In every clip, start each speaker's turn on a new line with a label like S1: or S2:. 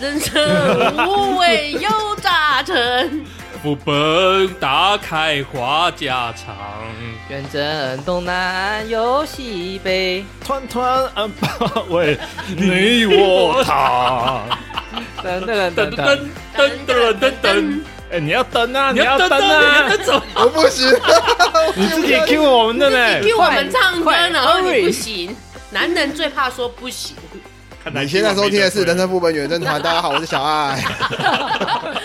S1: 人生无味又榨成。
S2: 副本打开花家常，
S3: 远征东南有西北，
S4: 团团 啊安八位，
S2: 你我他，
S3: 噔噔
S2: 噔
S3: 噔噔，
S2: 噔噔噔噔噔，
S4: 哎，你要登啊，
S2: 你
S4: 你
S2: 要
S4: 要
S2: 噔
S4: 登
S2: 啊，你
S4: 啊
S2: 要，走，
S5: 我不 行，
S4: 你自己 Q 我们的
S1: 你
S4: 呢。
S1: 听我们唱歌，
S3: 快
S1: 然后你不
S3: hurry
S1: 行。男人最怕说不行，
S2: 看来
S5: 你现在收听的是《
S2: 今晚没得睡
S5: 人生副本远征团》，大家好，我是 小爱。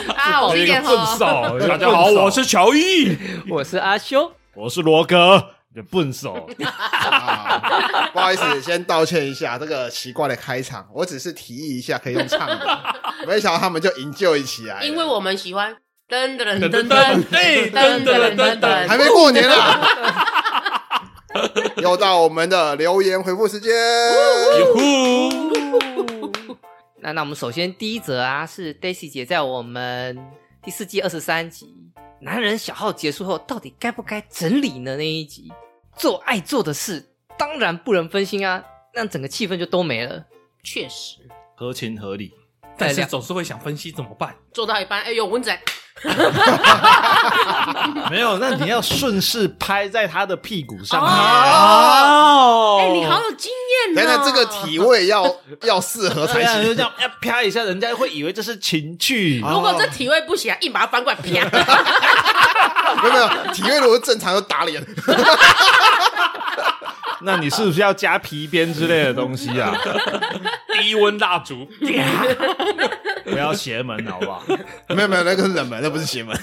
S1: 大家好，啊我是
S4: 一个
S1: 燕
S4: 笨
S1: 豪。
S4: 手，
S2: 大家好，我是乔伊。
S3: 我是阿修，
S4: 我是罗哥，你的笨手。
S5: 啊不好意思，先道歉一下这个奇怪的开场，我只是提议一下可以用唱的，没想到他们就营救一起来了，
S1: 因为我们喜欢噔噔
S2: 噔
S1: 噔
S2: 噔
S1: 噔
S2: 噔
S1: 噔，
S2: 哎噔噔噔噔，
S5: 还没过年啦。 又到我们的留言回复时间，
S2: 哟呼！
S3: 那那我们首先第一则啊，是 Daisy 姐在我们第四季二十三集《男人小号》结束后，到底该不该整理呢？那一集做爱做的事，当然不能分心啊，让整个气氛就都没了。
S1: 确实
S4: 合情合理，
S2: 但是总是会想分析怎么办。
S1: 做到一半，哎呦蚊子，
S4: 没有，那你要顺势拍在他的屁股上面。
S1: 哦，
S2: 哦
S1: 哎，你好有经验
S5: 等
S1: 呐！
S5: 等这个体位要要适合
S4: 这
S5: 才
S4: 样就
S5: 行
S4: 这。样哎啪一下，人家会以为这是情趣。
S1: 如果这体位不行啊，硬把它翻过来，啪！
S5: 没有没有，体位如果正常就 打脸，
S4: 那你是不是要加皮鞭之类的东西 啊？
S2: 低温蜡烛，啊
S4: 不要邪门好不好？
S5: 没有没有，那个是冷门，那不是邪门。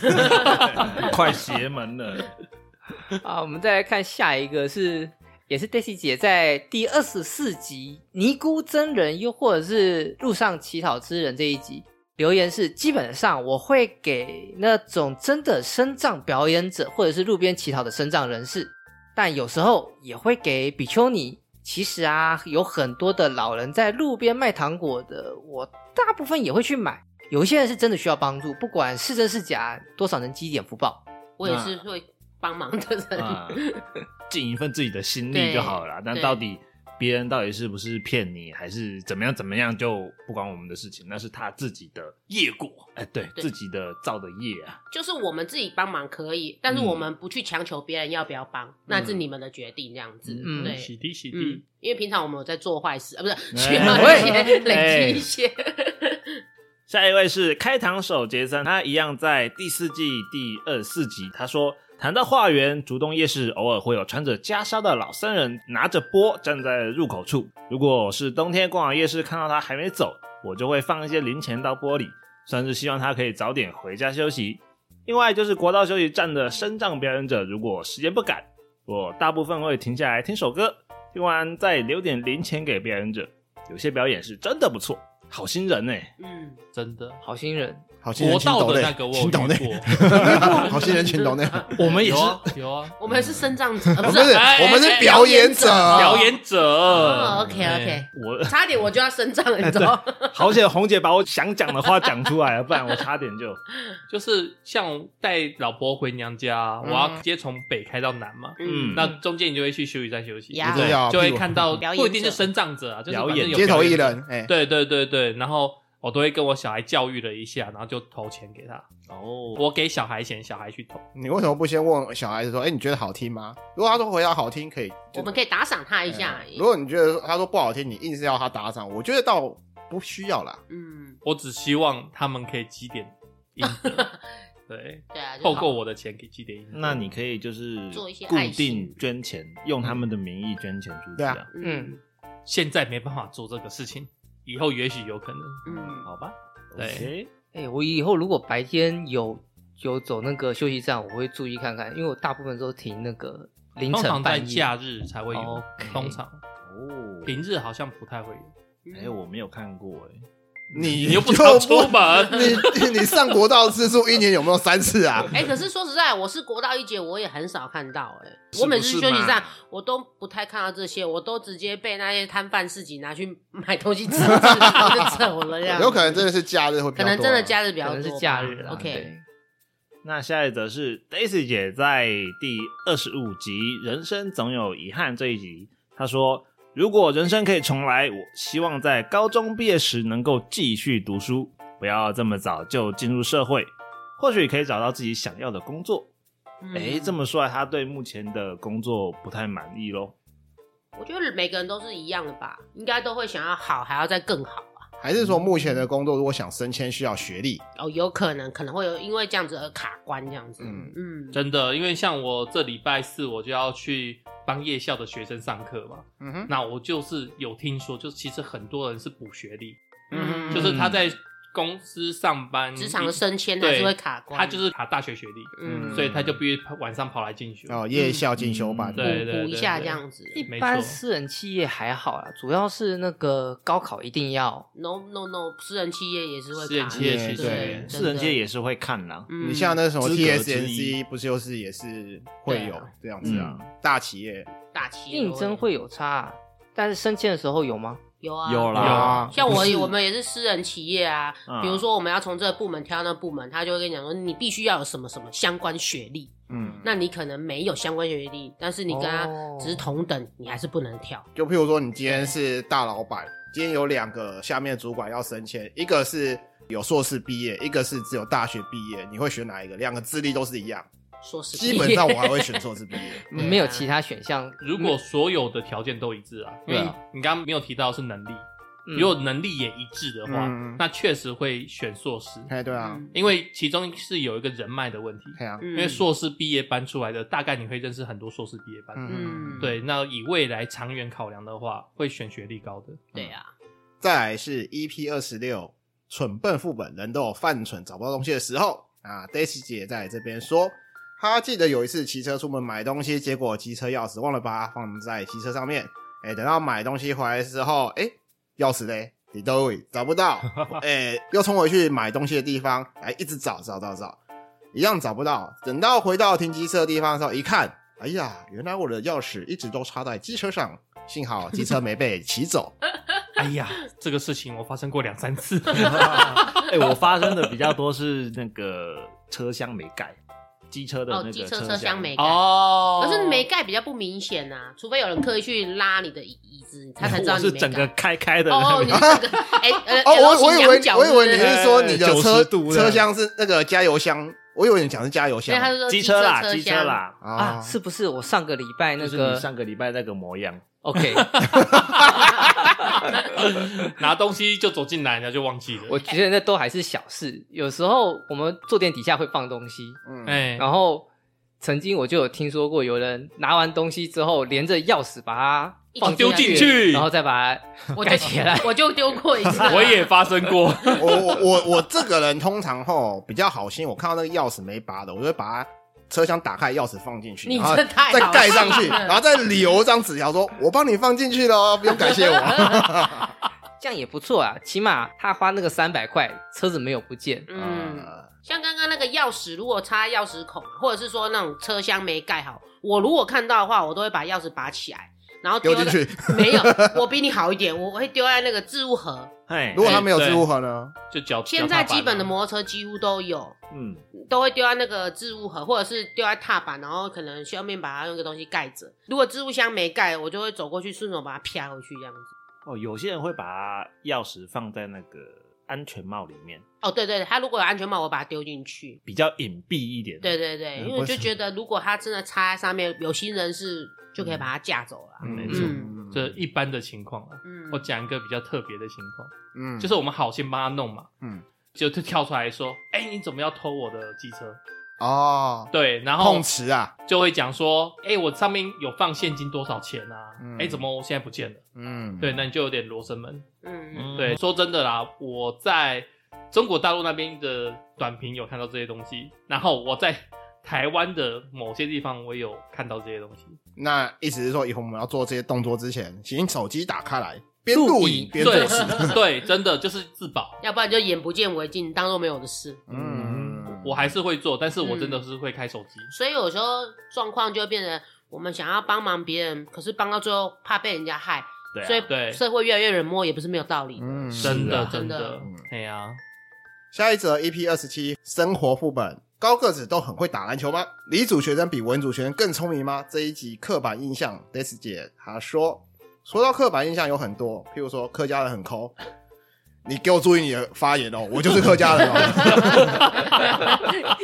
S4: 快邪门了！
S3: 啊，我们再来看下一个是，也是 Daisy 姐在第二十四集《尼姑真人》又或者是《路上乞讨之人》这一集留言是，基本上我会给那种真的身障表演者或者是路边乞讨的身障人士，但有时候也会给比丘尼。其实啊，有很多的老人在路边卖糖果的，我大部分也会去买。有一些人是真的需要帮助，不管是真是假，多少能积一点福报。
S1: 我也是会帮忙的人，
S4: 啊，尽一份自己的心力就好了啦。
S1: 对
S4: 那到底别人到底是不是骗你，还是怎么样怎么样，就不关我们的事情，那是他自己的业果。哎，对
S1: 对
S4: 自己的造的业啊。
S1: 就是我们自己帮忙可以，但是
S4: 嗯
S1: 我们不去强求别人要不要帮，那是你们的决定，这样子。
S3: 嗯
S1: 对，
S2: 洗涤洗
S1: 嗯
S2: 涤，，
S1: 因为平常我们有在做坏事啊，不是
S4: 哎
S1: 去买一些累积一些。
S4: 下一位是开膛手杰森，他一样在第四季第二四集，他说。谈到化缘，竹东夜市偶尔会有穿着袈裟的老僧人拿着钵站在入口处。如果是冬天逛完夜市看到他还没走，我就会放一些零钱到钵里，算是希望他可以早点回家休息。另外就是国道休息站的身障表演者，如果时间不赶，我大部分会停下来听首歌，听完再留点零钱给表演者。有些表演是真的不错，好心人欸呢、
S1: 嗯，
S2: 真的。
S3: 好心人，
S5: 好心人
S2: 国
S5: 请
S2: 道
S5: 抖
S2: 的
S5: 内
S2: 那个我有
S5: 请抖
S2: 遇
S5: 内，
S2: 过，
S5: 好心人请抖内。
S4: 我们
S2: 有啊 有啊，
S1: 我们是生长者，呃
S5: 我们是
S2: 哎
S5: 我
S2: 哎
S5: 们是
S2: 哎
S5: 表演者，
S2: 表演者
S1: 哦，OK
S2: 哎
S1: OK，
S4: 我
S1: 差点我就要生长了，你知道？
S4: 好险，红姐把我想讲的话讲出来了，不然我差点就
S2: 就是像带老婆回娘家，我要直接从北开到南嘛，
S4: 嗯
S2: 那中间你就会去休息站休息，
S1: 呀
S5: 对啊
S2: 就会
S5: 屁股
S2: 看到
S1: 表演
S2: 不一定是
S1: 者
S2: 身障者啊，就是
S4: 表
S2: 反正
S4: 演
S2: 有
S5: 哦街头
S2: 表
S5: 艺
S2: 演者，
S5: 人，哎，
S2: 对对对对，然后我都会跟我小孩教育了一下，然后就投钱给他，
S4: 哦，
S2: 我给小孩钱，小孩去投，
S5: 你为什么不先问小孩子说，哎，你觉得好听吗？如果他说回答好听，可以，就
S1: 我们可以打赏他一下
S5: 哎。如果你觉得他说不好听，你硬是要他打赏，我觉得倒不需要啦。
S1: 嗯，
S2: 我只希望他们可以积点阴德， 对，
S1: 对啊，就
S2: 透过我的钱给积点阴德。
S4: 那你可以就是
S1: 做一些
S4: 固
S1: 爱心
S4: 定捐钱，用他们的名义捐钱出去
S5: 对啊
S4: 啊。
S3: 嗯，
S2: 现在没办法做这个事情，以后也许有可能，
S1: 嗯，
S2: 好吧？对
S4: OK，
S3: 哎、我以后如果白天有有走那个休息站，我会注意看看，因为我大部分都停那个凌
S2: 通
S3: 晨
S2: 常在
S3: 半夜。
S2: 假日才会有
S3: OK
S2: 通常
S4: 哦，
S2: 平日好像不太会有。
S4: 哎，我没有看过哎，
S5: 你
S2: 嗯你又不
S5: 就
S2: 常出 门，
S5: 你你上国道次数一年有没有三次 啊？
S1: 哎，可是说实在，我是国道一姐，我也很少看到哎。
S4: 是
S1: 我每
S4: 不
S1: 次
S4: 是
S1: 休息
S4: 嘛
S1: 站，我都不太看到这些，我都直接被那些摊贩自己拿去买东西吃，吃就走了这
S2: 啊
S1: 样。
S5: 有可能真的是假日会比
S1: 可
S5: 较多啊，
S1: 能真的假日比
S3: 啊
S1: 较
S3: 可能
S1: 多吧，
S3: 是假日啦。
S1: OK，
S3: 对
S4: 那下一则是 Daisy 姐在第二十五集《人生总有遗憾》这一集，她说：“如如果人生可以重来，我希望在高中毕业时能够继续读书，不要这么早就进入社会，或许可以找到自己想要的工作。哎、这
S1: 么
S4: 么说来，他对目前的工作不太满意喽。
S1: 我觉得每个人都是一样的吧，应该都会想要好，还要再更好吧。
S5: 还是说目前的工作如果想升迁需要学历？
S1: 哦，有可能可能会有因为这样子而卡关这样子。
S5: 嗯
S1: 嗯，
S2: 真的，因为像我这礼拜四我就要去帮夜校的学生上课嘛，
S5: 嗯哼，
S2: 那我就是有听说，就其实很多人是补学历，
S5: 嗯
S2: 就是他在公司上班，
S1: 职场的升迁还
S2: 嗯对
S1: 是会卡关。
S2: 他就是卡大学学历，
S1: 嗯
S2: 所以他就必须晚上跑来进修。
S5: 哦，夜校进修班，
S4: 嗯
S1: 补
S2: 对
S1: 补一下这样子。
S3: 一
S2: 没
S3: 般
S2: 错
S3: 私人企业还好啦，主要是那个高考一定要
S1: No no no，私人企业也是会卡
S2: 私人企业
S5: 其实
S1: 对，
S4: 私人界
S1: 界
S4: 也是会看啦，
S1: 嗯
S5: 你像那什么
S4: 资格之一
S5: TSNC，不是就是也是会
S1: 对
S5: 有
S1: 啊
S5: 这样子
S4: 嗯
S5: 啊？大企业
S1: 大企业都
S3: 应征会有差、啊，但是升迁的时候有吗？
S1: 有啊
S4: 有啦
S2: 有
S5: 啊
S1: 像我
S4: 不是
S1: 我们也是私人企业啊，
S4: 嗯
S1: 比如说我们要从这个部门挑那部门，他就会跟你讲说，你必须要有什么什么相关学历。
S5: 嗯，
S1: 那你可能没有相关学历，但是你跟他
S3: 哦
S1: 只是同等，你还是不能跳。
S5: 就譬如说你今天是大老板，今天有两个下面的主管要升迁，一个是有硕士毕业，一个是只有大学毕业，你会选哪一个？两个资历都是一样，
S1: 说实
S5: 基本上我还会选硕士毕 业。
S1: 对啊
S3: 没有其他选项。
S2: 如果说所有的条件都一致啊，
S1: 嗯
S2: 因
S3: 对啊
S2: 为你刚刚没有提到是能力，
S3: 嗯
S2: 如果能力也一致的话，
S5: 嗯
S2: 那确实会选硕士，
S5: 哎，对啊，
S1: 嗯
S2: 因为其中是有一个人脉的问题。
S5: 哎呀，
S2: 因为硕士毕业班出来的，大概你会认识很多硕士毕业班。
S5: 嗯，
S1: 嗯，
S2: 对，那以未来长远考量的话，会选学历高的。
S1: 对啊，
S5: 再来是 EP 二十六，蠢笨副本，人都有犯蠢找不到东西的时候啊。Daisy 姐在这边说，她记得有一次骑车出门买东西，结果机车钥匙忘了把它放在机车上面。哎、等到买东西回来的时候，哎、钥匙嘞，你都找不到，哎、又冲回去买东西的地方，哎，一直找找找找，一样找不到。等到回到停机车的地方的时候，一看，哎呀，原来我的钥匙一直都插在机车上，幸好机车没被骑走。
S2: 哎呀，这个事情我发生过两三 次。
S4: 哎、我发生的比较多是那个车厢没盖，机车的那
S1: 哦，
S4: 个
S1: 机车
S4: 厢,、
S1: 车厢没盖，
S2: 哦，
S4: 嗯
S1: 可是没盖比较不明显呐，除非有人刻意去拉你的椅椅子，他才知道
S4: 哦我
S1: 你
S4: 是
S1: 没
S4: 整个
S1: 盖。
S4: 开开的、
S1: 哦，哦
S4: 那
S1: 你
S4: 个
S1: 是整 个哎，呃
S5: 哦，
S1: 然后
S5: 我我以
S1: 是
S5: 为
S1: 仰角
S5: 我以为
S1: 是
S5: 你
S1: 不是
S5: 是说你的
S2: 呃
S4: 90
S5: 车
S4: 度的
S5: 车厢是那个加油箱，我以为你讲是加油
S1: 对，
S5: 箱
S1: 他就说
S4: 机
S1: 车
S4: 车啦，
S1: 车
S4: 机车
S1: 厢，
S4: 啦，
S3: 啊，
S5: 啊，
S3: 是不是我上个礼拜那
S4: 就是
S3: 个
S4: 你上个礼拜那个模样。
S3: OK？
S2: 拿东西就走进来，然后就忘记了。
S3: 我觉得那都还是小事。有时候我们坐垫底下会放东西，
S5: 嗯，
S1: 哦
S2: 哎，
S3: 然后曾经我就有听说过有人拿完东西之后，连着钥匙把它放
S1: 丢进
S2: 去
S3: 然后再把它
S1: 我
S3: 盖
S1: 就
S3: 起 来
S1: 我就丢过一次，
S2: 我也发生过。
S5: 我我我我这个人通常吼比较好心，我看到那个钥匙没拔的，我就会把它车厢打开，钥匙放进 去，
S1: 你
S5: 然后
S1: 这太
S5: 再
S1: 好
S5: 盖上 去，
S1: 心了
S5: 然后再留张纸条说，我帮你放进去了 哦，不用感谢我。
S3: 这样也不错啊，起码他花那个三百块，车子没有不见。
S1: 嗯。
S5: 呃
S1: 像刚刚那个钥匙，如果插在钥匙孔，啊或者是说那种车厢没盖好，我如果看到的话，我都会把钥匙拔起来，然后
S5: 丢
S1: 在
S5: 进。去，
S1: 没有，我比你好一点，我会丢在那个置物盒。
S4: 哎
S5: 如，果他没有
S2: 对
S5: 置物盒呢？
S2: 就 脚
S1: 现在基本的，
S2: 脚啊
S1: 摩托车几乎都有，
S4: 嗯，
S1: 都会丢在那个置物盒，或者是丢在踏板，然后可能下面把它用个东西盖着。如果置物箱没盖，我就会走过去，顺手把它啪回去这样子。
S4: 哦，有些人会把钥匙放在那个安全帽里面，
S1: 哦，对对，它如果有安全帽，我把它丢进去。
S4: 比较隐蔽一点。
S1: 对，对对，
S5: 嗯
S1: 因为我就
S5: 不是
S1: 觉得，如果它真的插在上面，有心人士就可以把它架走了啊。
S5: 嗯
S4: 没
S1: 错
S2: 踏板啊这一般的情况啊。
S1: 嗯，
S2: 我讲一个比较特别的情况，
S5: 嗯
S2: 就是我们好心帮他弄嘛，
S5: 嗯
S2: 就就跳出来说：“哎，你怎么要偷我的机车
S5: 哦？”，
S2: 对，然后
S5: 碰瓷啊，
S2: 就会讲说：“哎，我上面有放现金多少钱啊
S5: 嗯？
S2: 哎，怎么我现在不见了
S5: 嗯，？”
S2: 对，那你就有点罗生门。
S1: 嗯嗯
S4: 嗯
S2: 对，说真的啦，我在中国大陆那边的短评有看到这些东西，然后我在台湾的某些地方我也有看到这些东西。
S5: 那意思是说，以后我们要做这些动作之前，请手机打开来，边录影边做事。
S2: 对对，真的就是自保，
S1: 要不然就眼不见为净，当做没有的事。
S5: 嗯，
S2: 我还是会做，但是我真的是会开手机。
S1: 所以有时候状况就会变成我们想要帮忙别人，可是帮到最后怕被人家害，
S4: 对啊
S1: 所以
S2: 对
S1: 社会越来越冷漠也不是没有道理的。
S5: 嗯
S2: 真的，
S5: 是啊
S1: 真
S2: 真的
S1: 的，
S2: 哎呀、
S5: 下一则 EP 二十七生活副本，高个子都很会打篮球吗？理组学生比文组学生更聪明吗？这一集刻板印象，Des 姐她说，说到刻板印象有很多，譬如说客家人很抠，你给我注意你的发言哦，我就是客家人哦。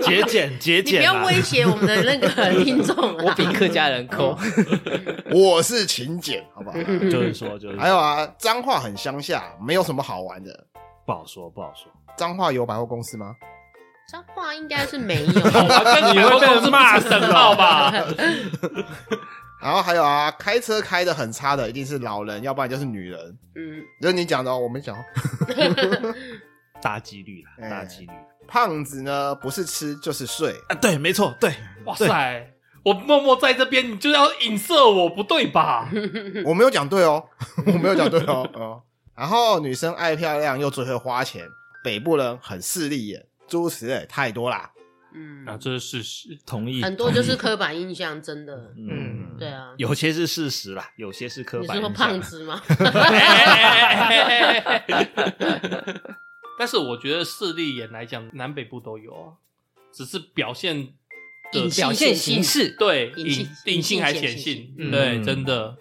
S4: 节俭节
S1: 你不
S4: 俭
S1: 要
S4: 啦，
S1: 威胁我们的那个听众
S3: 我
S1: 啊
S3: 比！客家人抠，
S1: 嗯
S5: 我是勤俭，好不好？
S4: 就是说就是
S5: 还有啊，彰化很乡下，没有什么好玩的。
S4: 不好说不好说，
S5: 彰化有百货公司吗？
S1: 脏话应该是没有，
S2: 跟
S4: 你会被人骂
S2: 省道吧？
S5: 然后还有啊，开车开的很差的，一定是老人，要不然就是女人。
S1: 嗯，
S5: 就是你讲的、哦，我没讲哦。
S4: 大几率啦，
S5: 哎
S4: 大几率
S5: 胖子呢，不是吃就是睡。
S4: 啊，对，没错，对，
S2: 哇塞，我默默在这边，你就要影射我，不对吧？
S5: 我没有讲对哦， 我没有讲对哦。嗯，然后女生爱漂亮又最会花钱，北部人很势利眼，诸如此类太多啦。
S1: 嗯，
S2: 啊，这是事实。
S4: 同意，
S1: 很多就是刻板印象，真的。
S4: 嗯，
S1: 对啊，
S4: 有些是事实啦，有些是刻
S1: 你
S4: 板
S1: 是
S4: 印
S1: 说
S4: 象。
S1: 胖子吗？
S2: 但是我觉得势利眼来讲，南北部都有啊，只是表现的
S1: 隐性
S3: 表现形
S1: 嗯
S3: 式。
S2: 对
S1: 隐性
S2: 隐隐性还显
S1: 隐性
S2: 性，
S4: 嗯
S2: 对，真的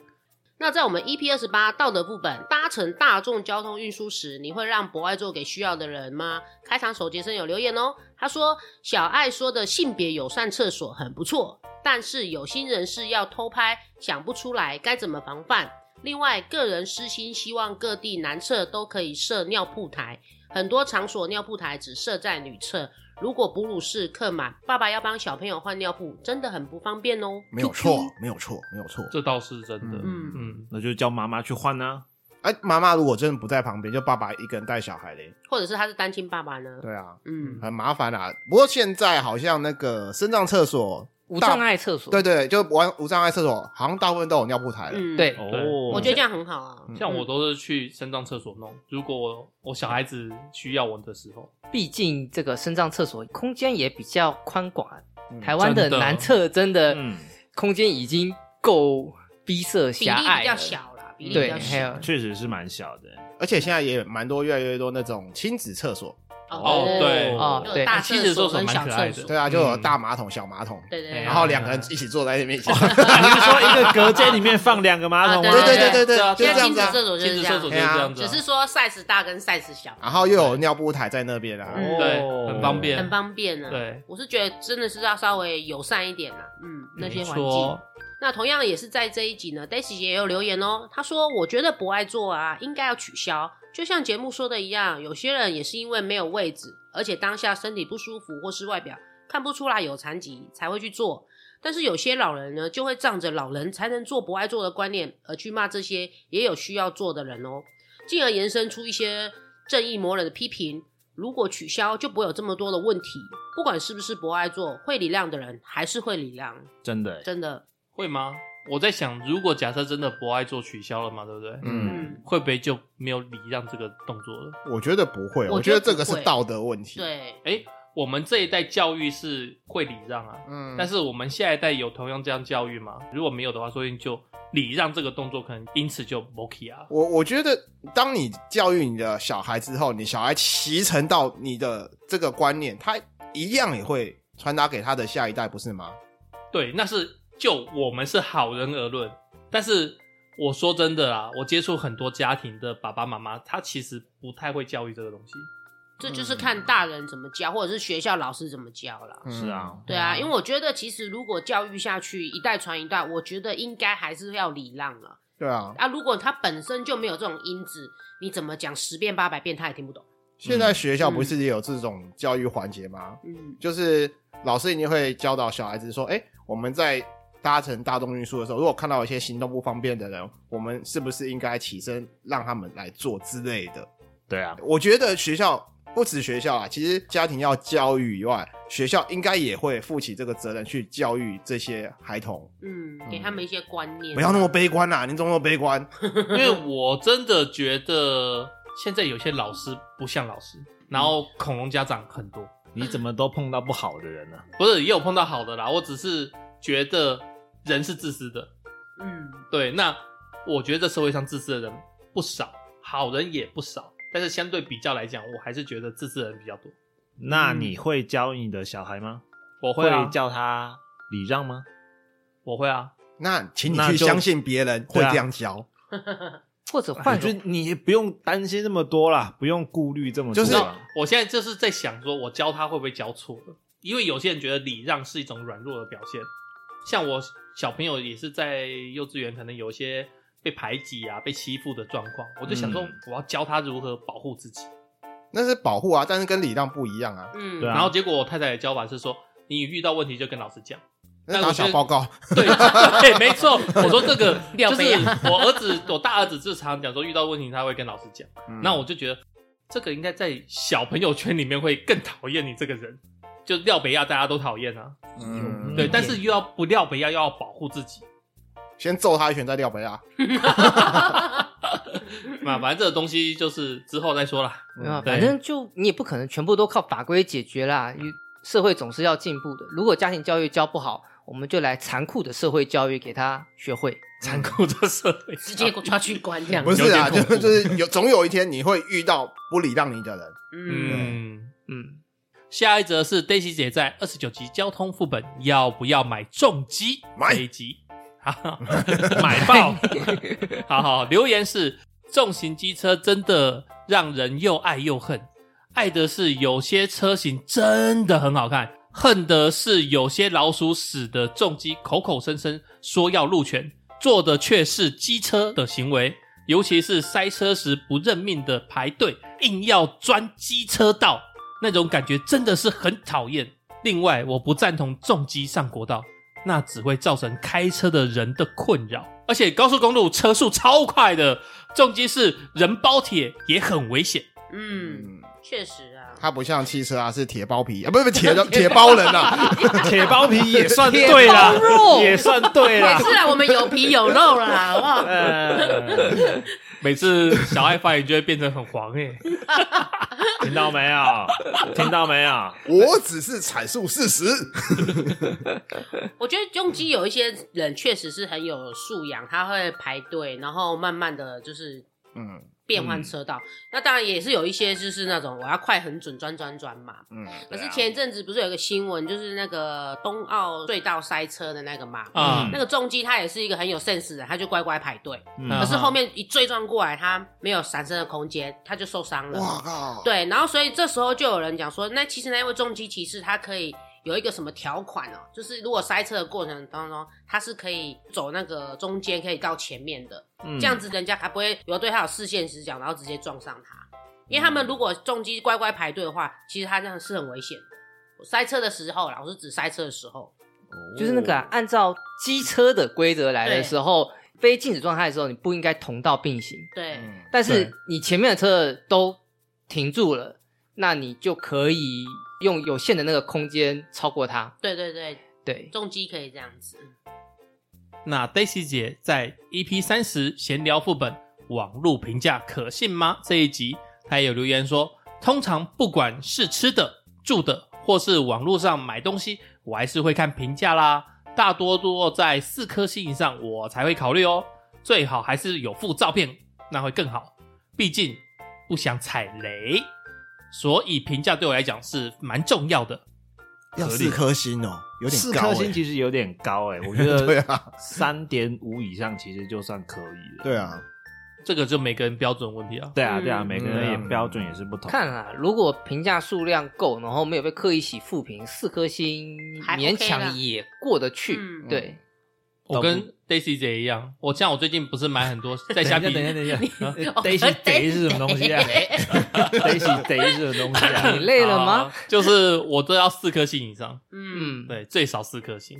S1: 那在我们 EP 二十八道德部分，搭乘大众交通运输时，你会让博爱座给需要的人吗？开场手杰森有留言哦，他说小爱说的性别友善厕所很不错，但是有心人士要偷拍，想不出来该怎么防范。另外，个人私心希望各地男厕都可以设尿布台，很多场所尿布台只设在女厕，如果哺乳室客满，爸爸要帮小朋友换尿布，真的很不方便哦。
S5: 没有错，没有错，没有错。
S2: 这倒是真的。
S5: 嗯
S1: 嗯，
S2: 嗯，
S4: 那就叫妈妈去换啊。
S5: 哎，妈妈如果真的不在旁边，就爸爸一个人带小孩嘞。
S1: 或者是他是单亲爸爸呢？
S5: 对啊，
S1: 嗯，
S5: 很麻烦啦。不过现在好像那个身障厕所，
S3: 无障碍厕所，
S5: 对对，就玩无障碍厕所，好像大部分都有尿布台了。
S1: 嗯，
S4: 哦
S3: 对，
S2: 对
S1: 我觉得这样很好啊。
S5: 嗯
S2: 像我都是去身障厕所弄。如果我我小孩子需要我的时候，
S3: 毕竟这个身障厕所空间也比较宽广啊。
S5: 嗯
S3: 台湾的
S2: 真的
S3: 男厕真的
S4: 嗯，
S3: 空间已经够逼仄
S1: 比例
S3: 狭隘，
S1: 比较，小啦，比例比
S3: 对，
S1: 较
S3: 还
S1: 小。
S3: 有
S4: 确实是蛮小的。
S5: 而且现在也蛮多，越来越多那种亲子厕所。
S2: 哦对
S3: 哦
S1: 有
S3: 对
S1: 大
S2: 其实
S1: 厕
S2: 说
S1: 所
S2: 什么
S1: 跟
S2: 蛮
S1: 小
S2: 可爱
S1: 厕
S2: 的哎
S1: 所，
S5: 对啊，就有大马桶、小马桶，
S1: 嗯对哦对对，
S5: 然后两个人一起坐在那边一起。
S4: 啊你是说一个隔间里面放两个马桶 吗？
S1: 啊
S5: 对对
S2: 对
S5: 对对对，
S2: 啊
S5: 就
S1: 现
S5: 这
S1: 在
S5: 样
S1: 亲
S5: 子
S1: 子
S5: 啊。
S1: 厕所就是
S2: 亲子
S1: 这
S2: 厕所
S1: 样，
S2: 就是这样子
S1: 只
S2: 啊，
S1: 是说 size 大跟 size 小，
S5: 然后又有尿布台在那边啊。
S1: 嗯
S4: 哦
S2: 对，很方便，
S1: 很方便啊。，
S2: 对，
S1: 我是觉得真的是要稍微友善一点啦，嗯，那些
S2: 没
S1: 环境
S2: 错。，
S1: 那同样也是在这一集呢，Daisy 也有留言哦，她说：“我觉得不爱做啊，应该要取消。就像节目说的一样，有些人也是因为没有位置，而且当下身体不舒服或是外表看不出来有残疾才会去做。但是有些老人呢，就会仗着老人才能做不爱做的观念而去骂这些也有需要做的人哦，进而延伸出一些正义魔人的批评。”如果取消，就不会有这么多的问题。不管是不是不爱做，会礼让的人还是会礼让，
S4: 真的欸，
S1: 真的。
S2: 会吗？我在想，如果假设真的博爱做取消了嘛，对不对？
S5: 嗯，
S1: 嗯，
S2: 会不会就没有礼让这个动作了？
S5: 我觉得不会，
S1: 我
S5: 我
S1: 觉
S5: 觉
S1: 得不会
S5: 得这个是道德问题。，
S1: 对，
S2: 哎，我们这一代教育是会礼让啊，
S5: 嗯
S2: 但是我们下一代有同样这样教育吗？如果没有的话，说不定就礼让这个动作可能因此就 m o k 啊。
S5: 我我觉得，当你教育你的小孩之后，你小孩骑乘到你的这个观念，他一样也会传达给他的下一代，不是吗？
S2: 对，那是就我们是好人而论，但是我说真的啊啦，我接触很多家庭的爸爸妈妈，他其实不太会教育这个东西。
S1: 这
S5: 嗯
S1: 就是看大人怎么教，或者是学校老师怎么教啦。
S4: 是啊，
S1: 对啊，因为我觉得其实如果教育下去一代传一代，我觉得应该还是要礼让了
S5: 对啊。
S1: 啊。如果他本身就没有这种因子，你怎么讲十遍八百遍他也听不懂。
S5: 现在学校不是也有这种教育环节吗？
S1: 嗯，
S5: 就是老师一定会教导小孩子说：“哎、我们在搭乘大众运输的时候，如果看到一些行动不方便的人，我们是不是应该起身让他们来做之类的？”
S4: 对啊，
S5: 我觉得学校不止学校啊，其实家庭要教育以外，学校应该也会负起这个责任去教育这些孩童，
S1: 嗯，给他们一些观念，啊
S5: 不要那么悲观啦、啊你怎么那么悲观？
S2: 因为我真的觉得现在有些老师不像老师，然后恐龙家长很多，
S4: 你怎么都碰到不好的人呢？
S2: 不是也有碰到好的啦。我只是觉得人是自私的，
S1: 嗯，
S2: 对。那我觉得社会上自私的人不少，好人也不少，但是相对比较来讲，我还是觉得自私的人比较多。
S4: 那你会教你的小孩吗？
S2: 我会啊
S4: 会，叫他礼让吗？
S2: 我会啊，
S5: 那请你
S4: 那
S5: 去
S4: 就
S5: 相信别人会
S4: 对啊
S5: 这样教，
S3: 或者换
S4: 我
S3: 种
S4: 觉得你也不用担心那么多啦，不用顾虑这么多
S5: 就
S4: 啦，
S5: 是
S2: 你知道我现在就是在想，说我教他会不会教错了？因为有些人觉得礼让是一种软弱的表现，像我小朋友也是在幼稚园，可能有一些被排挤啊、被欺负的状况，我就想说
S4: 嗯
S2: 我要教他如何保护自己。
S5: 那是保护啊，但是跟礼让不一样啊，
S1: 嗯，
S4: 对啊
S2: 然后结果我太太的教法是说，你遇到问题就跟老师讲。
S5: 那
S2: 但
S5: 打
S2: 我觉
S5: 小
S2: 得
S5: 报告，
S2: 对对，没错。我说这个
S1: 廖
S2: 就是
S1: 杯啊
S2: 我儿子，我大儿子就常讲说，遇到问题他会跟老师讲。
S5: 嗯
S2: 那我就觉得这个应该在小朋友圈里面会更讨厌你这个人。就廖北亚大家都讨厌啊，
S5: 嗯
S2: 对，
S3: 嗯
S2: 但是又要不廖北亚又要保护 自己，
S5: 先揍他一拳再撂杯啊，
S2: 那反正这个东西就是之后再说啦。
S3: 没有啊，
S2: 嗯对
S3: 反正就你也不可能全部都靠法规解决啦，因为社会总是要进步的。如果家庭教育教不好，我们就来残酷的社会教育给他学会。
S2: 残酷的社会，
S1: 直接给我抓去关这样。
S5: 不是啊，
S2: 有点
S5: 就
S2: 恐怖
S5: 就是有总有一天你会遇到不礼让你的人，
S1: 嗯，
S2: 嗯。
S3: 嗯，
S2: 下一则是 Daisy 姐在二十九集交通副本要不要买重机
S5: 买
S2: 这一集，好 买爆！好好留言是重型机车真的让人又爱又恨，爱的是有些车型真的很好看，恨的是有些老鼠屎的重机口口声声说要路权，做的却是机车的行为。尤其是塞车时不认命的排队，硬要钻机车道，那种感觉真的是很讨厌。另外，我不赞同重机上国道，那只会造成开车的人的困扰。而且高速公路车速超快的，重机是人包铁也很危险。
S1: 嗯，
S5: 嗯，
S1: 确实啊，
S5: 它不像汽车啊，是铁包皮啊，不是不是铁的铁包人啊，
S4: 铁包皮也算对啦
S1: 铁包，肉
S4: 也算对啦。
S1: 是啊，我们有皮有肉啦，好不好？
S4: 呃，
S2: 每次小爱发言就会变成很黄哎、
S4: 听到没有？听到没有？
S5: 我只是阐述事实，
S1: 我觉得用机有一些人确实是很有素养，他会排队，然后慢慢的就是
S5: 嗯
S1: 变换车道。那当然也是有一些就是那种我要快很准转转转嘛。
S5: 嗯，
S1: 可是前一阵子不是有一个新闻，就是那个冬奥隧道塞车的那个嘛，
S2: 啊、
S1: 那个重机他也是一个很有 sense 的人，他就乖乖排队。
S4: 嗯
S2: 啊
S1: 可是后面一追撞过来，他没有闪身的空间，他就受伤了。
S5: 哇靠，
S1: 对，然后所以这时候就有人讲说，那其实那位重机骑士他可以有一个什么条款哦，就是如果塞车的过程当中，他是可以走那个中间，可以到前面的，
S4: 嗯
S1: 这样子人家才不会有对他有视线死角，然后直接撞上他。因为他
S4: 嗯
S1: 们如果重机乖乖排队的话，其实他这样是很危险的。塞车的时候啦，我是指塞车的时候，
S3: 就是那个
S2: 哦
S4: 哦
S3: 啊、按照机车的规则来的
S1: 对
S3: 时候，非静止状态的时候，你不应该同道并行。
S1: 对，
S5: 嗯
S3: 但是
S2: 对
S3: 你前面的车都停住了，那你就可以用有限的那个空间超过它。
S1: 对对对，
S3: 对，
S1: 重机可以这样子。
S2: 那 Daisy 姐在 EP 三十闲聊副本网络评价可信吗这一集，她也有留言说，通常不管是吃的、住的，或是网络上买东西，我还是会看评价啦，大多落在四颗星以上，我才会考虑哦。最好还是有附照片，那会更好，毕竟不想踩雷，所以评价对我来讲是蛮重要的。
S5: 要四颗星哦，有点
S4: 四
S5: 高
S4: 颗星
S5: 欸，
S4: 其实有点高哎、我觉
S5: 对
S4: 得
S5: 啊，
S4: 三点五以上其实就算可以了。
S5: 对啊，
S2: 这个就每个人标准问题啊。
S4: 对啊，
S1: 嗯
S4: 对啊，每个人也
S5: 嗯
S4: 标准也是不同。
S3: 看啊，如果评价数量够，然后没有被刻意洗负评，四颗星
S1: 还 OK
S3: 勉
S1: 啦
S3: 强也过得去。
S1: 嗯
S3: 对，
S2: 我跟 Daisy 姐一样，我像我最近不是买很多在虾皮，
S4: 等一下，等一下，等一 下
S1: 哦
S4: Daisy Day 呃是什么东 西 啊？Daisy Day 是什么东西啊？
S3: 你累了
S2: 好
S3: 吗
S2: 好？好就是我都要四颗星以上，
S1: 嗯，
S3: 嗯，
S2: 对，最少四颗星。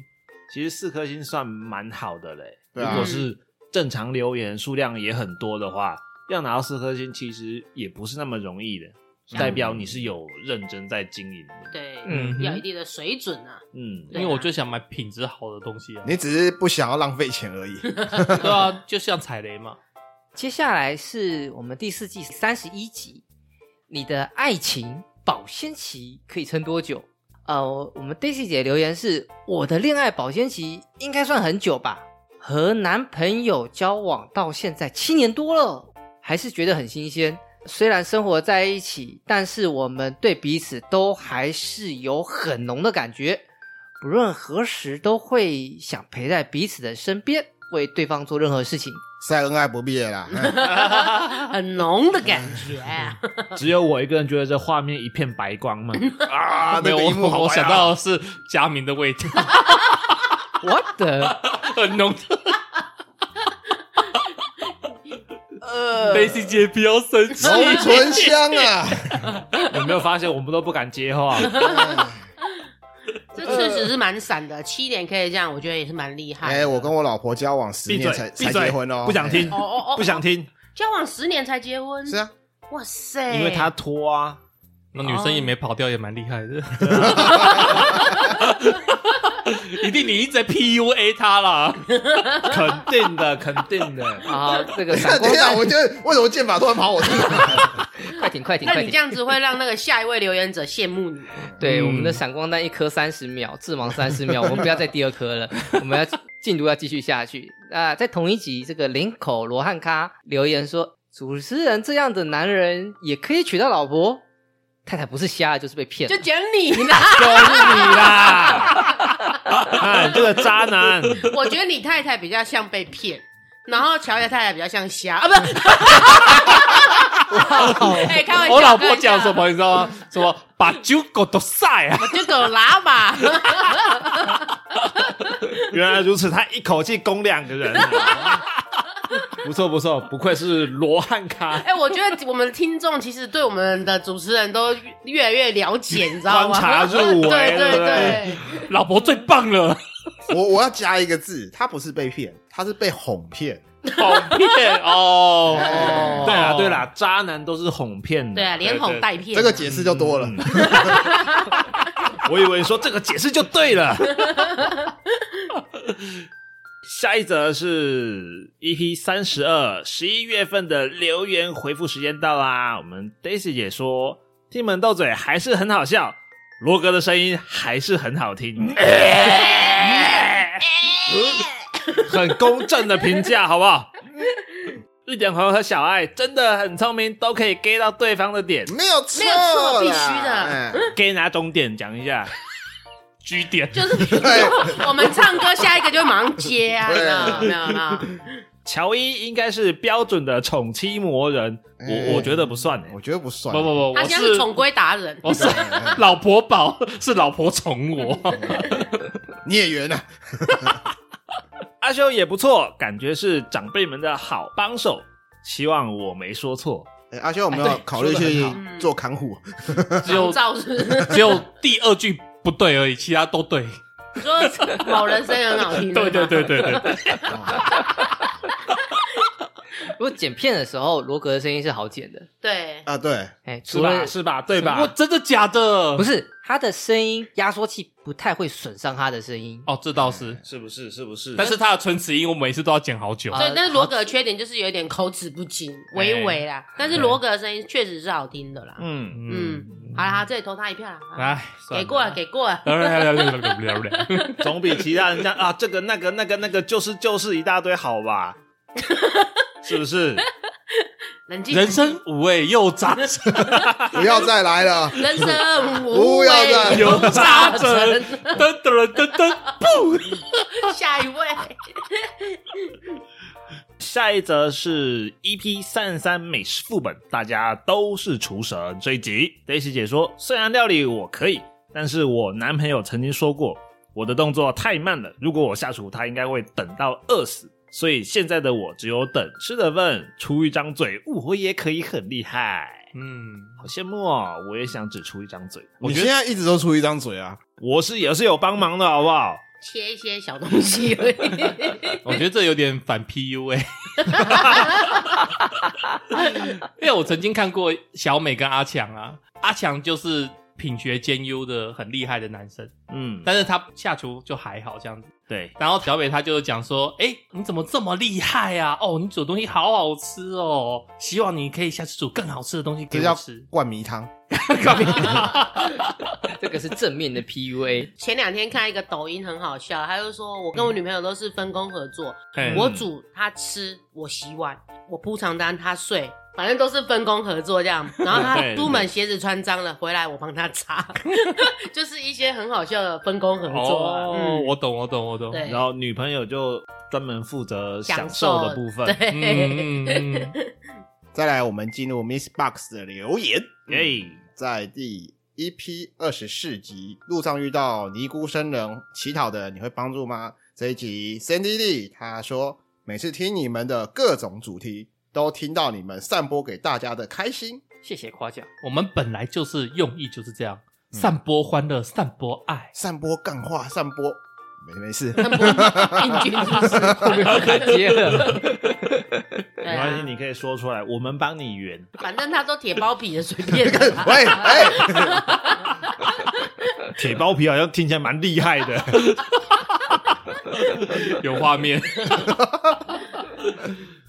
S4: 其实四颗星算蛮好的嘞。
S5: 对啊
S4: 如果是正常留言数量也很多的话，要拿到四颗星其实也不是那么容易的，
S5: 嗯
S4: 代表你是有认真在经营的。
S1: 对，
S3: 嗯
S1: 要有一定的水准啊。
S4: 嗯，
S2: 因为我就想买品质好的东西啊。
S5: 你只是不想要浪费钱而 已，
S2: 对啊，就像踩雷嘛。
S3: 接下来是我们第四季三十一集，你的爱情保鲜期可以撑多久？呃，我们 Daisy 姐留言是：我的恋爱保鲜期应该算很久吧，和男朋友交往到现在七年多了，还是觉得很新鲜。虽然生活在一起，但是我们对彼此都还是有很浓的感觉，不论何时都会想陪在彼此的身边，为对方做任何事情。
S5: 晒恩爱不必了啦。嗯
S1: 很浓的感觉、
S2: 嗯
S1: 啊。
S4: 只有我一个人觉得这画面一片白光 嘛。
S5: 啊，
S2: 没
S5: 那
S2: 有，
S5: 个
S2: 我
S5: 一幕好
S2: 我
S5: 白啊
S2: 想到的是佳明的味道，
S3: 我的
S2: 很浓的。
S3: 呃
S2: Daisy 姐不要生气，
S5: 浓醇香啊！
S4: 有没有发现我们都不敢接话？
S1: 这确实是蛮闪的，七年可以这样，我觉得也是蛮厉害的。
S5: 哎，我跟我老婆交往十
S4: 闭
S5: 年
S4: 嘴
S5: 才，
S4: 闭
S5: 才结
S4: 嘴，
S5: 婚哦，
S4: 不想听
S1: 哦，哦
S4: 不
S1: 哦，哦
S4: 想听，
S1: 交往十年才结婚，
S5: 是啊，
S1: 哇塞，
S4: 因为他拖啊。
S2: 那女生也没跑掉，也蛮厉害的。 一定你一直在 PUA 她啦，
S4: 肯定的，肯定的。
S3: 啊，这个 闪
S5: 等
S3: 光
S5: 一下，
S3: 弹，
S5: 我觉得为什么剑法突然跑我身上？
S3: 快点快点
S1: 那
S3: 快
S1: 你这
S3: 点！
S1: 样子会让那个下一位留言者羡慕 你。
S3: 对，
S2: 嗯
S3: 我们的闪光弹一颗三十秒，致盲三十秒，我们不要再第二颗了，我们要进度要继续下去。那、在同一集，这个林口罗汉咖留言说，主持人这样的男人也可以娶到老婆，太太不是瞎了就是被骗了
S1: 就。讲你 啦，
S4: 就是你啦！ 啊，你这个渣男，
S1: 我觉得你太太比较像被骗，然后乔爷太太比较像瞎 啊，不是？哎，开 玩笑，
S2: 我老婆讲什
S1: 开玩
S2: 么你知 道吗？什么把酒狗都晒啊？
S1: 笑？就狗拉吧，
S4: 原来如此，他一口气攻两个人。啊 不错不错，不愧是罗汉咖，
S1: 哎，我觉得我们的听众其实对我们的主持人都越来越了解，你知道吗？
S4: 观察入微
S1: 对
S4: 对
S1: 对
S4: 不对
S1: 对，
S2: 老婆最棒 了，
S5: 我我要加一个字，他不是被骗，他是被哄骗。
S2: 好骗哦！
S5: 哎
S4: 对啦对啦，渣男都是哄骗的。
S1: 对啊，连哄带骗，
S5: 这个解释就多了。
S4: 嗯 我以为说这个解释就对 了。下一则是 EP 三十二，十一月份的留言回复时间到啦。我们 Daisy 姐说，听门斗嘴还是很好笑，罗格的声音还是很好听，
S1: 哎
S4: 很公正的评价，好不好？日点朋友和小爱真的很聪明，都可以 get 到对方的点
S5: 没有错
S1: 没有错
S5: 啦，
S1: 必须的
S5: 哎
S4: ，get 哪种点讲一下。
S2: 据点
S1: 就是比如说我们唱歌，下一个就会马上接啊，你知道吗？没有没有。
S4: 乔伊应该是标准的宠妻魔人，
S5: 哎
S2: 嗯
S4: 我我觉得不算欸
S5: 我觉得不算。
S2: 不不不，
S1: 他
S2: 我
S1: 现在是
S2: 是
S1: 宠归达人，
S2: 我是老婆宝，是老婆宠我。
S5: 孽缘啊，
S4: 阿修也不错，感觉是长辈们的好帮手。希望我没说错。
S5: 哎阿修，我们要考虑
S2: 说得
S5: 去
S2: 很
S1: 好
S5: 做看护。
S2: 就
S1: 仿照是不是
S2: 只有第二句不对而已，其他都对。
S1: 你说某人声音很好听，
S2: 对对对， 对对，对
S3: 如果剪片的时候，罗格的声音是好剪的，
S1: 对，
S5: 啊，对，
S3: 哎，
S4: 是
S3: 除
S4: 吧？
S3: 了
S4: 是吧？对
S2: 我
S4: 吧？
S2: 真的假的？
S3: 不是他的声音压缩器不太会损伤他的声音。
S2: 哦，这倒是。
S4: 是不是？是不是
S2: 但是他的唇齿音，我每次都要剪好久。
S3: 啊
S1: 对，但是罗格的缺点就是有点口齿不清，微微啦。但是罗格的声音确实是好听的啦。
S4: 嗯，
S1: 嗯，好啦，这里投他一票啦，啊
S2: 哎，算
S1: 给
S2: 了
S1: 过了，。给过了。
S4: 总比其他人家啊，这个那个那个那个，就是就是一大堆好吧？是不是？
S1: 冷静，。
S2: 人生五味又杂陈，
S5: 不要再来了
S1: 人生无
S5: 不
S1: 味
S5: 要再
S1: 又
S2: 又杂
S1: 陈
S2: 陈，噔噔噔噔，
S1: 下一位，
S4: 下一则是 EP 三十三美食副本，大家都是厨神这一集。Daisy 姐说，虽然料理我可以，但是我男朋友曾经说过，我的动作太慢了，如果我下厨，他应该会等到饿死。所以现在的我只有等吃的份，出一张嘴，我也可以很厉害。
S2: 嗯，
S4: 好羡慕哦！我也想只出一张嘴。我
S5: 你
S4: 觉
S5: 现
S4: 得
S5: 在一直都出一张嘴啊，
S4: 我是也是有帮忙的，好不好？
S1: 切一些小东西 而已。
S2: 我觉得这有点 反 PUA，因为我曾经看过小美跟阿强啊，阿强就是品学兼优的很厉害的男生，
S4: 嗯，
S2: 但是他下厨就还好这样子。
S4: 对，
S2: 然后小北他就讲说：“哎、你怎么这么厉害啊？哦，你煮东西好好吃哦，希望你可以下次煮更好吃的东西给
S5: 这
S2: 我
S5: 叫
S2: 吃。
S5: 灌迷汤。
S3: 这个是正面的 PUA，
S1: 前两天看一个抖音很好笑，他就说我跟我女朋友都是分工合作，
S2: 嘿
S1: 我煮，他吃，我洗碗，我铺床单，他睡，反正都是分工合作这样。然后他
S4: 对
S1: 出门鞋子穿脏了，回来我帮他擦， 就是一些很好笑的分工合作啊。
S2: 哦，
S1: 嗯，
S2: 我懂，我懂，我懂。
S1: 对
S4: 然后女朋友就专门负责
S1: 享
S4: 享受的部分。
S1: 对，
S2: 嗯嗯嗯
S5: 再来，我们进入 Miss Box 的留言，
S4: 耶，
S5: 在第一批二十四集路上遇到尼姑僧人乞讨的，你会帮助吗？这一集 Sandy Lee 他说，每次听你们的各种主题，都听到你们散播给大家的开心。。
S3: 谢谢夸奖。
S2: 我们本来就是用意就是这样，散播欢乐，散播爱
S5: 散播干话，散播没没事，
S1: 很不英俊 就是，
S3: 接了，
S1: 对
S4: 没关系，
S1: 啊，
S4: 你可以说出来，我们帮你圆。
S1: 反正他都铁包皮的，随便的啦。
S5: 喂哎，
S4: 铁包皮好像听起来蛮厉害的，
S2: 有画面，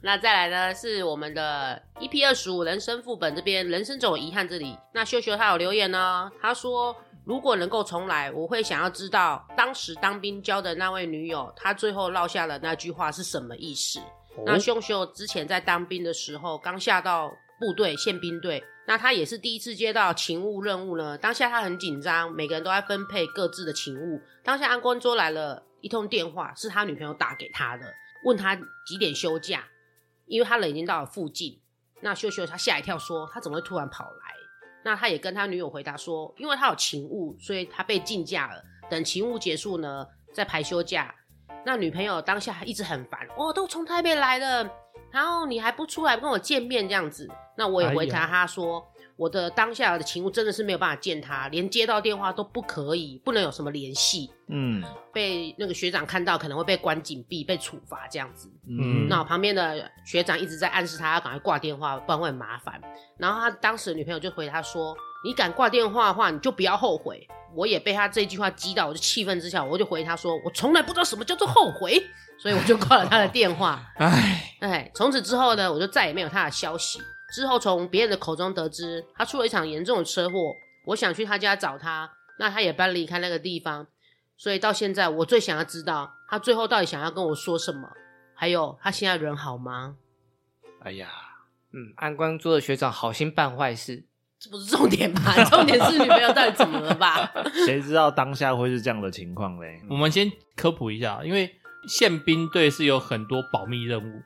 S1: 那再来呢，是我们的 EP 二十五人生副本这边，人生总有遗憾这里。那秀秀他有留言呢，他说如果能够重来，我会想要知道当时当兵交的那位女友，她最后落下的那句话是什么意思。那秀秀之前在当兵的时候，刚下到部队宪兵队，那他也是第一次接到勤务任务呢。当下他很紧张，每个人都在分配各自的勤务。当下安官桌来了一通电话，是他女朋友打给他的，问他几点休假，因为他人已经到了附近。那秀秀他吓一跳说，他怎么会突然跑来？那他也跟他女友回答说，因为他有勤务，所以他被禁假了。等勤务结束呢，再排休假。那女朋友当下一直很烦，哦，都从台北来了，然后你还不出来跟我见面这样子。那我也回
S2: 哎
S1: 答
S2: 呀
S1: 他说，我的当下的勤务真的是没有办法见他，连接到电话都不可以，不能有什么联系。
S4: 嗯
S1: 被那个学长看到，可能会被关禁闭、被处罚这样子。
S2: 嗯
S1: 那我旁边的学长一直在暗示他要赶快挂电话，不然会很麻烦。然后他当时的女朋友就回他说：“你敢挂电话的话，你就不要后悔。”我也被他这句话激到，我就气愤之下，我就回他说：“我从来不知道什么叫做后悔。”所以我就挂了他的电话。
S2: 唉，
S1: 哎，从此之后呢，我就再也没有他的消息。之后从别人的口中得知，他出了一场严重的车祸。我想去他家找他，那他也搬离开那个地方。所以到现在，我最想要知道他最后到底想要跟我说什么，还有他现在人好吗？
S4: 哎呀，
S3: 嗯，安官桌的学长好心办坏事，
S1: 这不是重点吧？ 重点是女朋友到底怎么了吧？
S4: 谁知道当下会是这样的情况嘞？
S2: 我们先科普一下，因为宪兵队是有很多保密任务，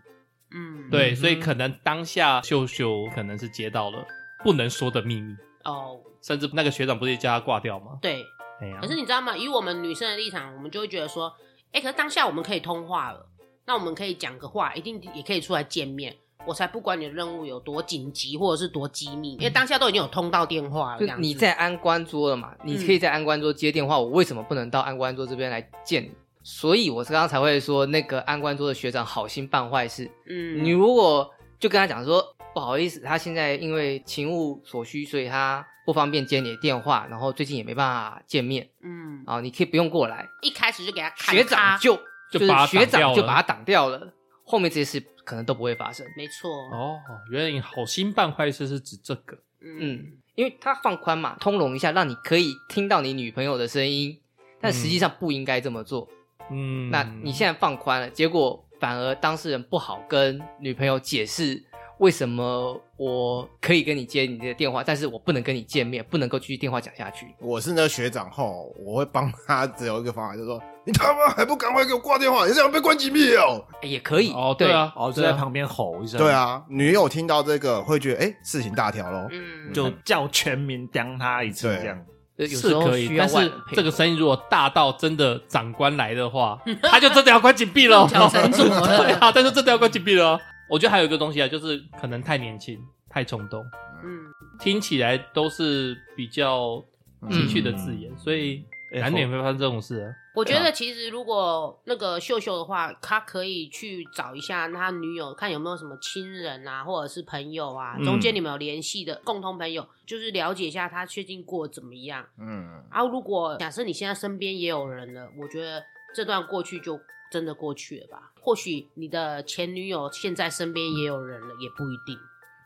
S1: 嗯，
S2: 对，
S3: 嗯
S2: 所以可能当下秀秀可能是接到了不能说的秘密，
S1: 哦，
S2: 甚至那个学长不是也叫他挂掉吗？
S1: 对。
S2: 哎呀
S1: 可，是你知道吗？以我们女生的立场，我们就会觉得说，哎、可是当下我们可以通话了，那我们可以讲个话，一定也可以出来见面。我才不管你的任务有多紧急或者是多机密，因为当下都已经有通到电话了。这
S3: 就
S1: 样子
S3: 你在安官桌了嘛，你可以在安官桌接电话，我为什么不能到安官桌这边来见你？所以我刚刚才会说，那个安官桌的学长好心办坏事。
S1: 嗯，
S3: 你如果就跟他讲说，不好意思，他现在因为勤务所需，所以他不方便接你的电话，然后最近也没办法见面
S1: 嗯，
S3: 啊，你可以不用过来。
S1: 一开始就给他看
S3: 学长就
S2: 就是把他
S3: 学
S2: 挡掉
S3: 长就
S2: 了
S3: 把他挡掉了，后面这些事可能都不会发生。
S1: 没错，
S2: 哦，原来你好心办坏事是指这个，
S1: 嗯，
S3: 嗯，因为他放宽嘛，通融一下，让你可以听到你女朋友的声音，但实际上不应该这么做。
S2: 嗯，
S3: 那你现在放宽了，结果反而当事人不好跟女朋友解释为什么我可以跟你接你的电话，但是我不能跟你见面，不能够继续电话讲下去。
S5: 我是那学长后，我会帮他只有一个方法，就是说你他妈还不赶快给我挂电话，你这样被关机密哦。
S3: 哎也可以
S2: 哦，对，啊，
S4: 哦，就
S2: 对啊
S4: 在旁边吼一声，
S5: 对，啊，女友听到这个会觉得哎、诶事情大条喽。
S1: 嗯，
S4: 就叫全民当他一次
S5: 对
S4: 这样。
S3: 有
S2: 是
S3: 时候
S2: 可
S3: 需
S2: 以，
S3: 要
S2: 但
S3: 外
S2: 是
S3: 人配合
S2: 这个声音如果大到真的长官来的 话，他就真的要关紧闭了。
S1: 小城 主了
S2: 对啊，但是真的要关紧闭了哦。我觉得还有一个东西啊，就是可能太年轻、太冲动，
S1: 嗯，
S2: 听起来都是比较情绪的字眼，所以
S4: 哎
S2: 难免会发生这种事啊。
S1: 我觉得其实如果那个秀秀的话，他可以去找一下他女友，看有没有什么亲人啊，或者是朋友啊，
S4: 嗯
S1: 中间你们有联系的共同朋友，就是了解一下他最近过得怎么样。
S5: 嗯，
S1: 啊，如果假设你现在身边也有人了，我觉得这段过去就真的过去了吧。或许你的前女友现在身边也有人了，也不一定。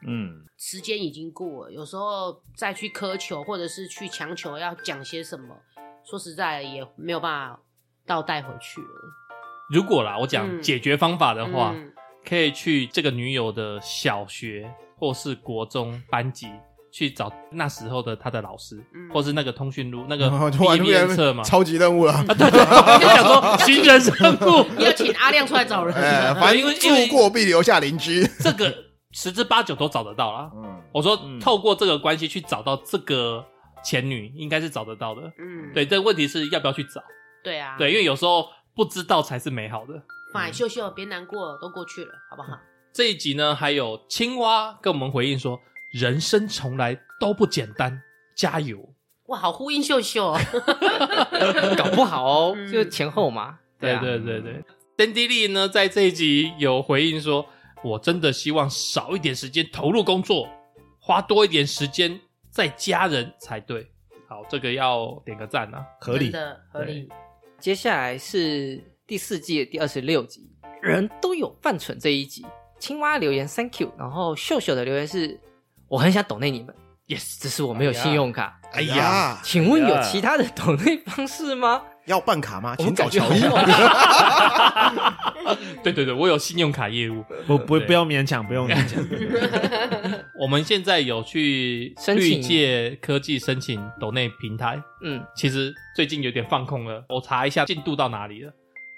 S4: 嗯，
S1: 时间已经过了，有时候再去苛求或者是去强求要讲些什么，说实在也没有办法倒带回去了。
S2: 如果啦，我讲
S1: 嗯
S2: 解决方法的话，
S1: 嗯
S2: 可以去这个女友的小学或是国中班级去找那时候的他的老师，
S1: 嗯
S2: 或是那个通讯录那个
S5: 然后就完
S2: B B
S5: 全
S2: N 测 嘛。
S5: 超级任务了。
S2: 我就想说行人任务，
S1: 要请阿亮出来找人。嗯
S5: 哎，反
S2: 因
S5: 正
S2: 为因为
S5: 住过必留下邻居。
S2: 这个十之八九都找得到啦。
S5: 嗯，
S2: 我说
S4: 嗯
S2: 透过这个关系去找到这个前女，应该是找得到的。
S1: 嗯，
S2: 对，这问题是要不要去找？
S1: 对啊，
S2: 对，因为有时候不知道才是美好的。
S1: 买秀秀，别难过，都过去了，好不好？
S2: 这一集呢，还有青蛙跟我们回应说，人生从来都不简单，加油！
S1: 哇，好呼应秀秀哦，
S3: 搞不好哦
S1: 嗯，
S3: 就前后嘛。
S2: 对
S3: 啊，
S2: 对对对，Sandy Lee 呢，在这一集有回应说，我真的希望少一点时间投入工作，花多一点时间在家人才对。好，这个要点个赞 啊！
S4: 合理
S1: 真。的合理。
S3: 接下来是第四季的第二十六集，人都有犯蠢这一集。青蛙留言 Thank you，然后秀秀的留言是我很想抖内你们，Yes，只是我没有信用卡。
S5: 哎
S2: 呀
S5: 呀，
S3: 请问
S4: 哎
S3: 有
S4: 呀
S3: 其他的抖内方式吗？
S5: 要办卡吗？
S3: 我
S5: 请
S3: 们
S5: 找
S3: 感觉
S5: 乔
S3: 好
S5: 伊。
S3: 猛，
S2: 对对对，我有信用卡业务，
S4: 不不
S2: 对
S4: 不要勉强，不用勉强。
S2: 我们现在有去
S3: 申
S2: 绿
S3: 请
S2: 界科技申请抖内平台，
S3: 嗯，
S2: 其实最近有点放空了，我查一下进度到哪里了。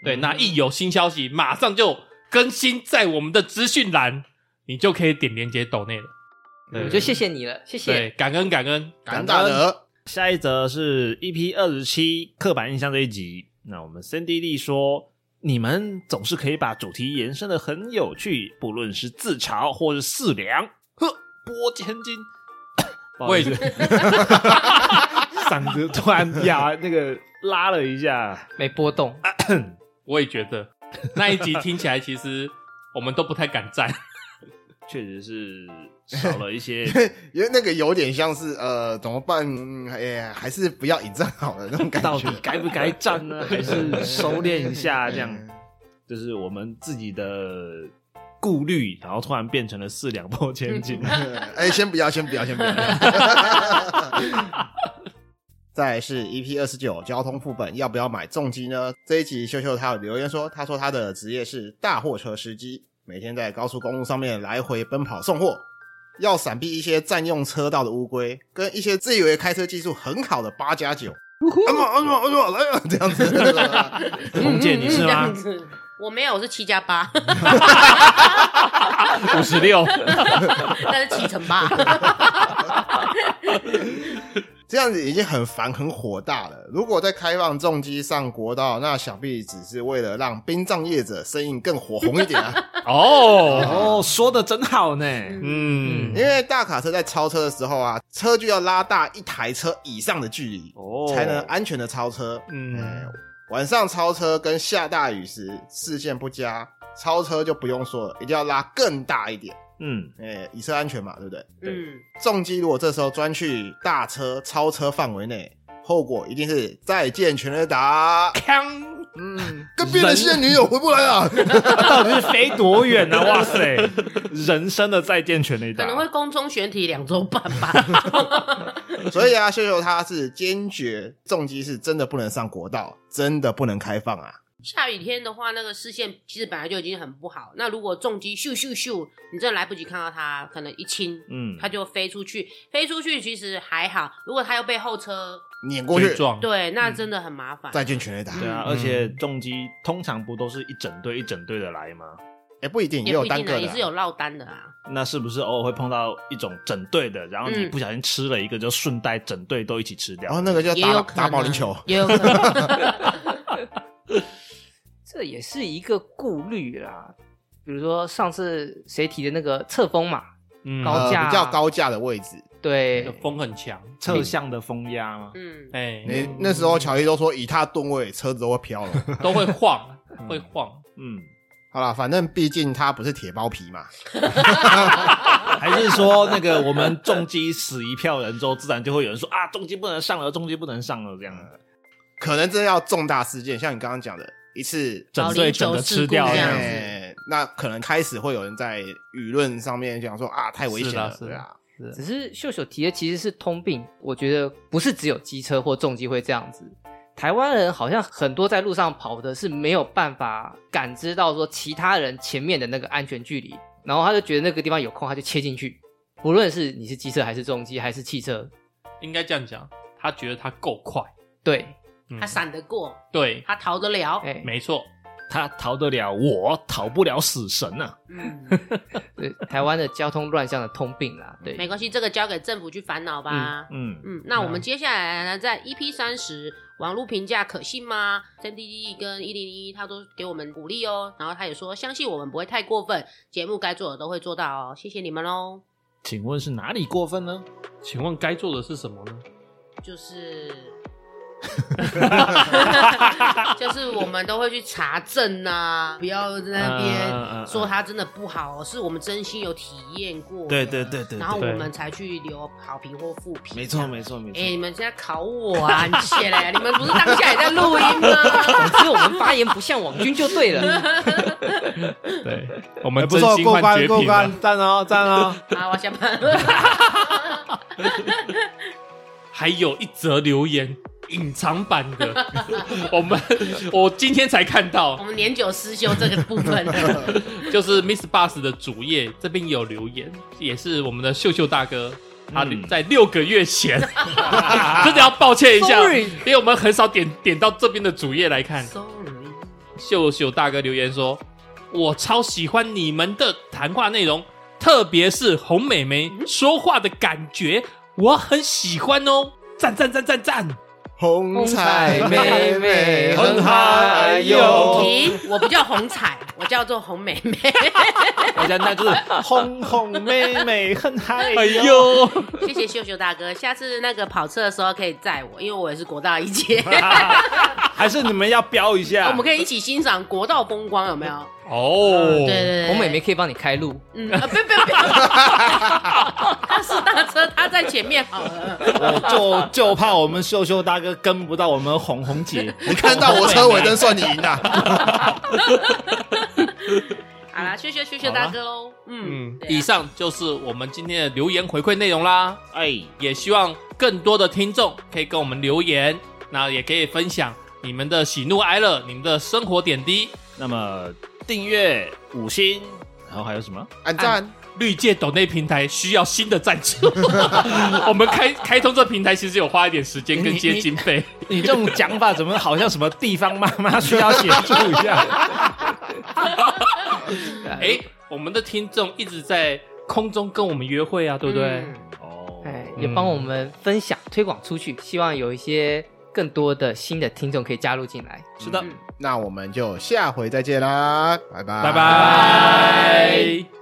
S2: 对，
S3: 嗯
S2: 那一有新消息，马上就更新在我们的资讯栏，你就可以点连接抖内了。对
S3: 我就谢谢你了，谢
S2: 对
S3: 谢。，
S2: 感恩感恩，
S5: 敢打的，
S4: 下一则是 EP 二十七刻板印象这一集。那我们 Cindy Lee 说，你们总是可以把主题延伸的很有趣，不论是自嘲或是四两，呵，拨千斤。不好意思
S2: 喂，
S4: 嗓子突然哑，那个拉了一下。
S3: 没波动，
S2: 我也觉 得那一集听起来，其实我们都不太敢站。
S4: 确实是少了一 些
S5: 因为那个有点像是呃，怎么办？嗯哎、呀，还是不要引战好了那种感觉。
S4: 到底该不该站呢，还是收敛一下？这样 就是我们自己的顾虑，然后突然变成了四两拨千斤。
S5: 哎、先不要，先不要，先不要。 再来是 EP 二十九交通副本要不要买重机呢？这一集秀秀他有留言说，他说他的职业是大货车司机，每天在高速公路上面来回奔跑送货，要闪避一些占用车道的乌龟，跟一些自以为开车技术很好的八加九。啊嘛啊嘛啊嘛，来啊这样子。
S4: 红姐，你是
S1: 嗯这
S4: 吗
S1: 样？子，我没有，我是七加八，
S2: 五十六，
S1: 但是七乘 八。
S5: 这样子已经很烦很火大了。如果再开放重机上国道，那想必只是为了让殡葬业者生意更火红一点啊。
S2: 哦，
S4: 哦，说的真好呢。
S2: 嗯，
S5: 因为大卡车在超车的时候啊，车距要拉大一台车以上的距离，
S4: 哦
S5: 才能安全的超车。
S2: 嗯
S5: 哎晚上超车跟下大雨时视线不佳，超车就不用说了，一定要拉更大一点，
S4: 嗯，
S5: 哎、以车安全嘛，对不对？
S1: 嗯，
S5: 重机如果这时候钻去大车超车范围内，后果一定是再见全垒打。
S2: 康
S5: 嗯，跟别人的现女友回不来啊！
S4: 到底是飞多远呢、啊？哇塞，人生的再见全垒打
S1: 可，
S2: 啊
S1: 能会宫中选体两周半 吧。
S5: 所以啊，秀秀他是坚决重机是真的不能上国道，真的不能开放啊！
S1: 下雨天的话，那个视线其实本来就已经很不好。那如果重击咻咻咻，你真的来不及看到它，可能一亲，
S4: 嗯
S1: 它就飞出去。飞出去其实还好，如果它又被后车，
S5: 碾过
S2: 追
S5: 去，
S2: 撞，
S1: 对，
S5: 嗯
S1: 那真的很麻烦。
S5: 再见全垒打。
S4: 对啊，
S2: 嗯
S4: 而且重击通常不都是一整队一整队的来吗？
S5: 哎，不一定，
S1: 也
S5: 也
S1: 不
S5: 有
S1: 一
S5: 单
S1: 定
S5: 个
S1: 啊，也
S5: 的
S1: 是有落单的啊。
S4: 那是不是偶尔会碰到一种整队的，然后你
S1: 嗯
S4: 不小心吃了一个，就顺带整队都一起吃掉
S5: 然后？那个叫
S1: 也有
S5: 打
S1: 可能啊
S5: 打保龄球，
S1: 也有可 能。
S3: 这也是一个顾虑啦。比如说上次谁提的那个侧风嘛，
S2: 嗯，
S3: 高
S5: 呃，
S3: 架啊
S5: 比较高架的位置。
S2: 那个
S3: 对，
S2: 风很强，
S4: 侧向的风压吗？
S1: 嗯，
S2: 哎，
S5: 你那时候乔伊都说，以他吨位，车子都 会飘了。
S2: 都会晃，会晃，
S4: 嗯，
S5: 好啦，反正毕竟他不是铁包皮嘛，
S4: 还是说那个我 们重击死一票人之后，自然就会有人说啊，重击不能上了，重击不能上了这样。
S5: 可能真的要重大事件，像你刚刚讲的，一次
S4: 整队整个吃掉
S1: 保
S4: 这
S1: 龄球事故这样
S4: 样子
S1: 子，
S5: 哎，那可能开始会有人在舆论上面讲说啊，太危险了，
S2: 是的
S5: 对啊，
S3: 只是秀秀提的其实是通病，我觉得不是只有机车或重机会这样子。台湾人好像很多在路上跑的是没有办法感知到说其他人前面的那个安全距离，然后他就觉得那个地方有空，他就切进去，不论是你是机车还是重机还是汽车，
S2: 应该这样讲，他觉得他够快，
S3: 对，
S2: 嗯
S1: 他闪得过，
S2: 对，
S1: 他逃得了。
S3: 哎、
S2: 哦没错，
S4: 他逃得了我，逃不了死神啊呐、
S1: 嗯，
S3: 对台湾的交通乱象的通病啦，对，
S1: 没关系，这个交给政府去烦恼吧。
S4: 嗯，
S1: 嗯，那我们接下来呢，在 EP 三十网络评价可信吗？三 D E 跟一零一他都给我们鼓励哦，然后他也说相信我们不会太过分，节目该做的都会做到哦，谢谢你们喽。
S4: 请问是哪里过分呢？
S2: 请问该做的是什么呢？
S1: 就是， 就是我们都会去查证呐、不要在那
S4: 嗯嗯嗯
S1: 边
S4: 嗯
S1: 说他真的不好、哦，是我们真心有体验过的，
S4: 对对对对
S1: 然后
S2: 对
S1: 我们才去留好评或负评，
S4: 没错，没错，没
S1: 哎、
S4: 错。
S1: 你们现在考我啊？你谢嘞！你们不是当下也在录音 吗？
S3: 所以我们发言不像网军就对 了。
S2: 对，我
S5: 哎
S2: 们
S5: 不
S2: 真
S5: 错，
S2: 心
S5: 过
S2: 换
S5: 关
S2: 绝
S5: 过
S2: 品啊
S5: 关
S2: 了，，
S5: 赞哦赞哦。
S1: 啊，我下班。
S2: 还有一则留言。 隐藏版 的，我们我今天才看
S1: 我
S2: 到，
S1: 们年久失修这个部分，
S2: 就是 Miss Bus 的主页这边有留言，也是我们的秀秀大哥，他
S4: 嗯
S2: 在六个月 前，真的要抱歉一下
S3: Sorry，
S2: 因为我们很少点点到这边的主页来看。
S1: Sorry，
S2: 秀秀大哥留言说：“我超喜欢你们的谈话内容，特别是红美眉说话的感觉，我很喜欢哦！赞赞赞赞赞！
S5: 红彩妹妹
S3: 很哎
S5: 很
S3: 嗨
S5: 嗨
S3: 哟
S5: 哟，
S1: 停！我不叫红彩，我叫做红妹妹。
S4: 大家那就是哄哄妹妹很嗨
S2: 哎呦，
S1: 谢谢秀秀大哥，下次那个跑车的时候可以载我，因为我也是国道一姐，
S4: 还是你们要飙一下？
S1: 我们可以一起欣赏国道风光，有没有？
S2: 哦，
S1: 嗯对对对，
S3: 红美眉，可以帮你开路，
S1: 嗯，啊不要不 要不要，他是大车，他在前面好了。
S4: 我就就怕我们秀秀大哥跟不到我们红红姐。
S5: 你看到我车尾灯，算你赢啊了。
S1: 好啦，谢谢秀秀大哥喽。嗯
S2: 嗯，，
S1: 对啊
S2: 以上就是我们今天的留言回馈内容啦，
S4: 哎，
S2: 也希望更多的听众可以跟我们留言，那也可以分享你们的喜怒哀乐，你们的生活点滴。
S4: 那么订阅五星，然后还有什么？
S5: 按赞，
S2: 绿界抖内平台需要新的赞助，我们开开通这平台其实有花一点时间跟接经费。
S4: 你这种讲法怎么好像什么地方妈妈需要协助一下？
S3: 嗯
S2: 哎、我们的听众一直在空中跟我们约会啊，对不对？
S1: 嗯
S4: 哦，
S3: 哎，也帮我们分享推广出去，希望有一些更多的新的听众可以加入进来。
S4: 是的。
S5: 那我们就下回再见啦，拜拜，
S2: 拜拜。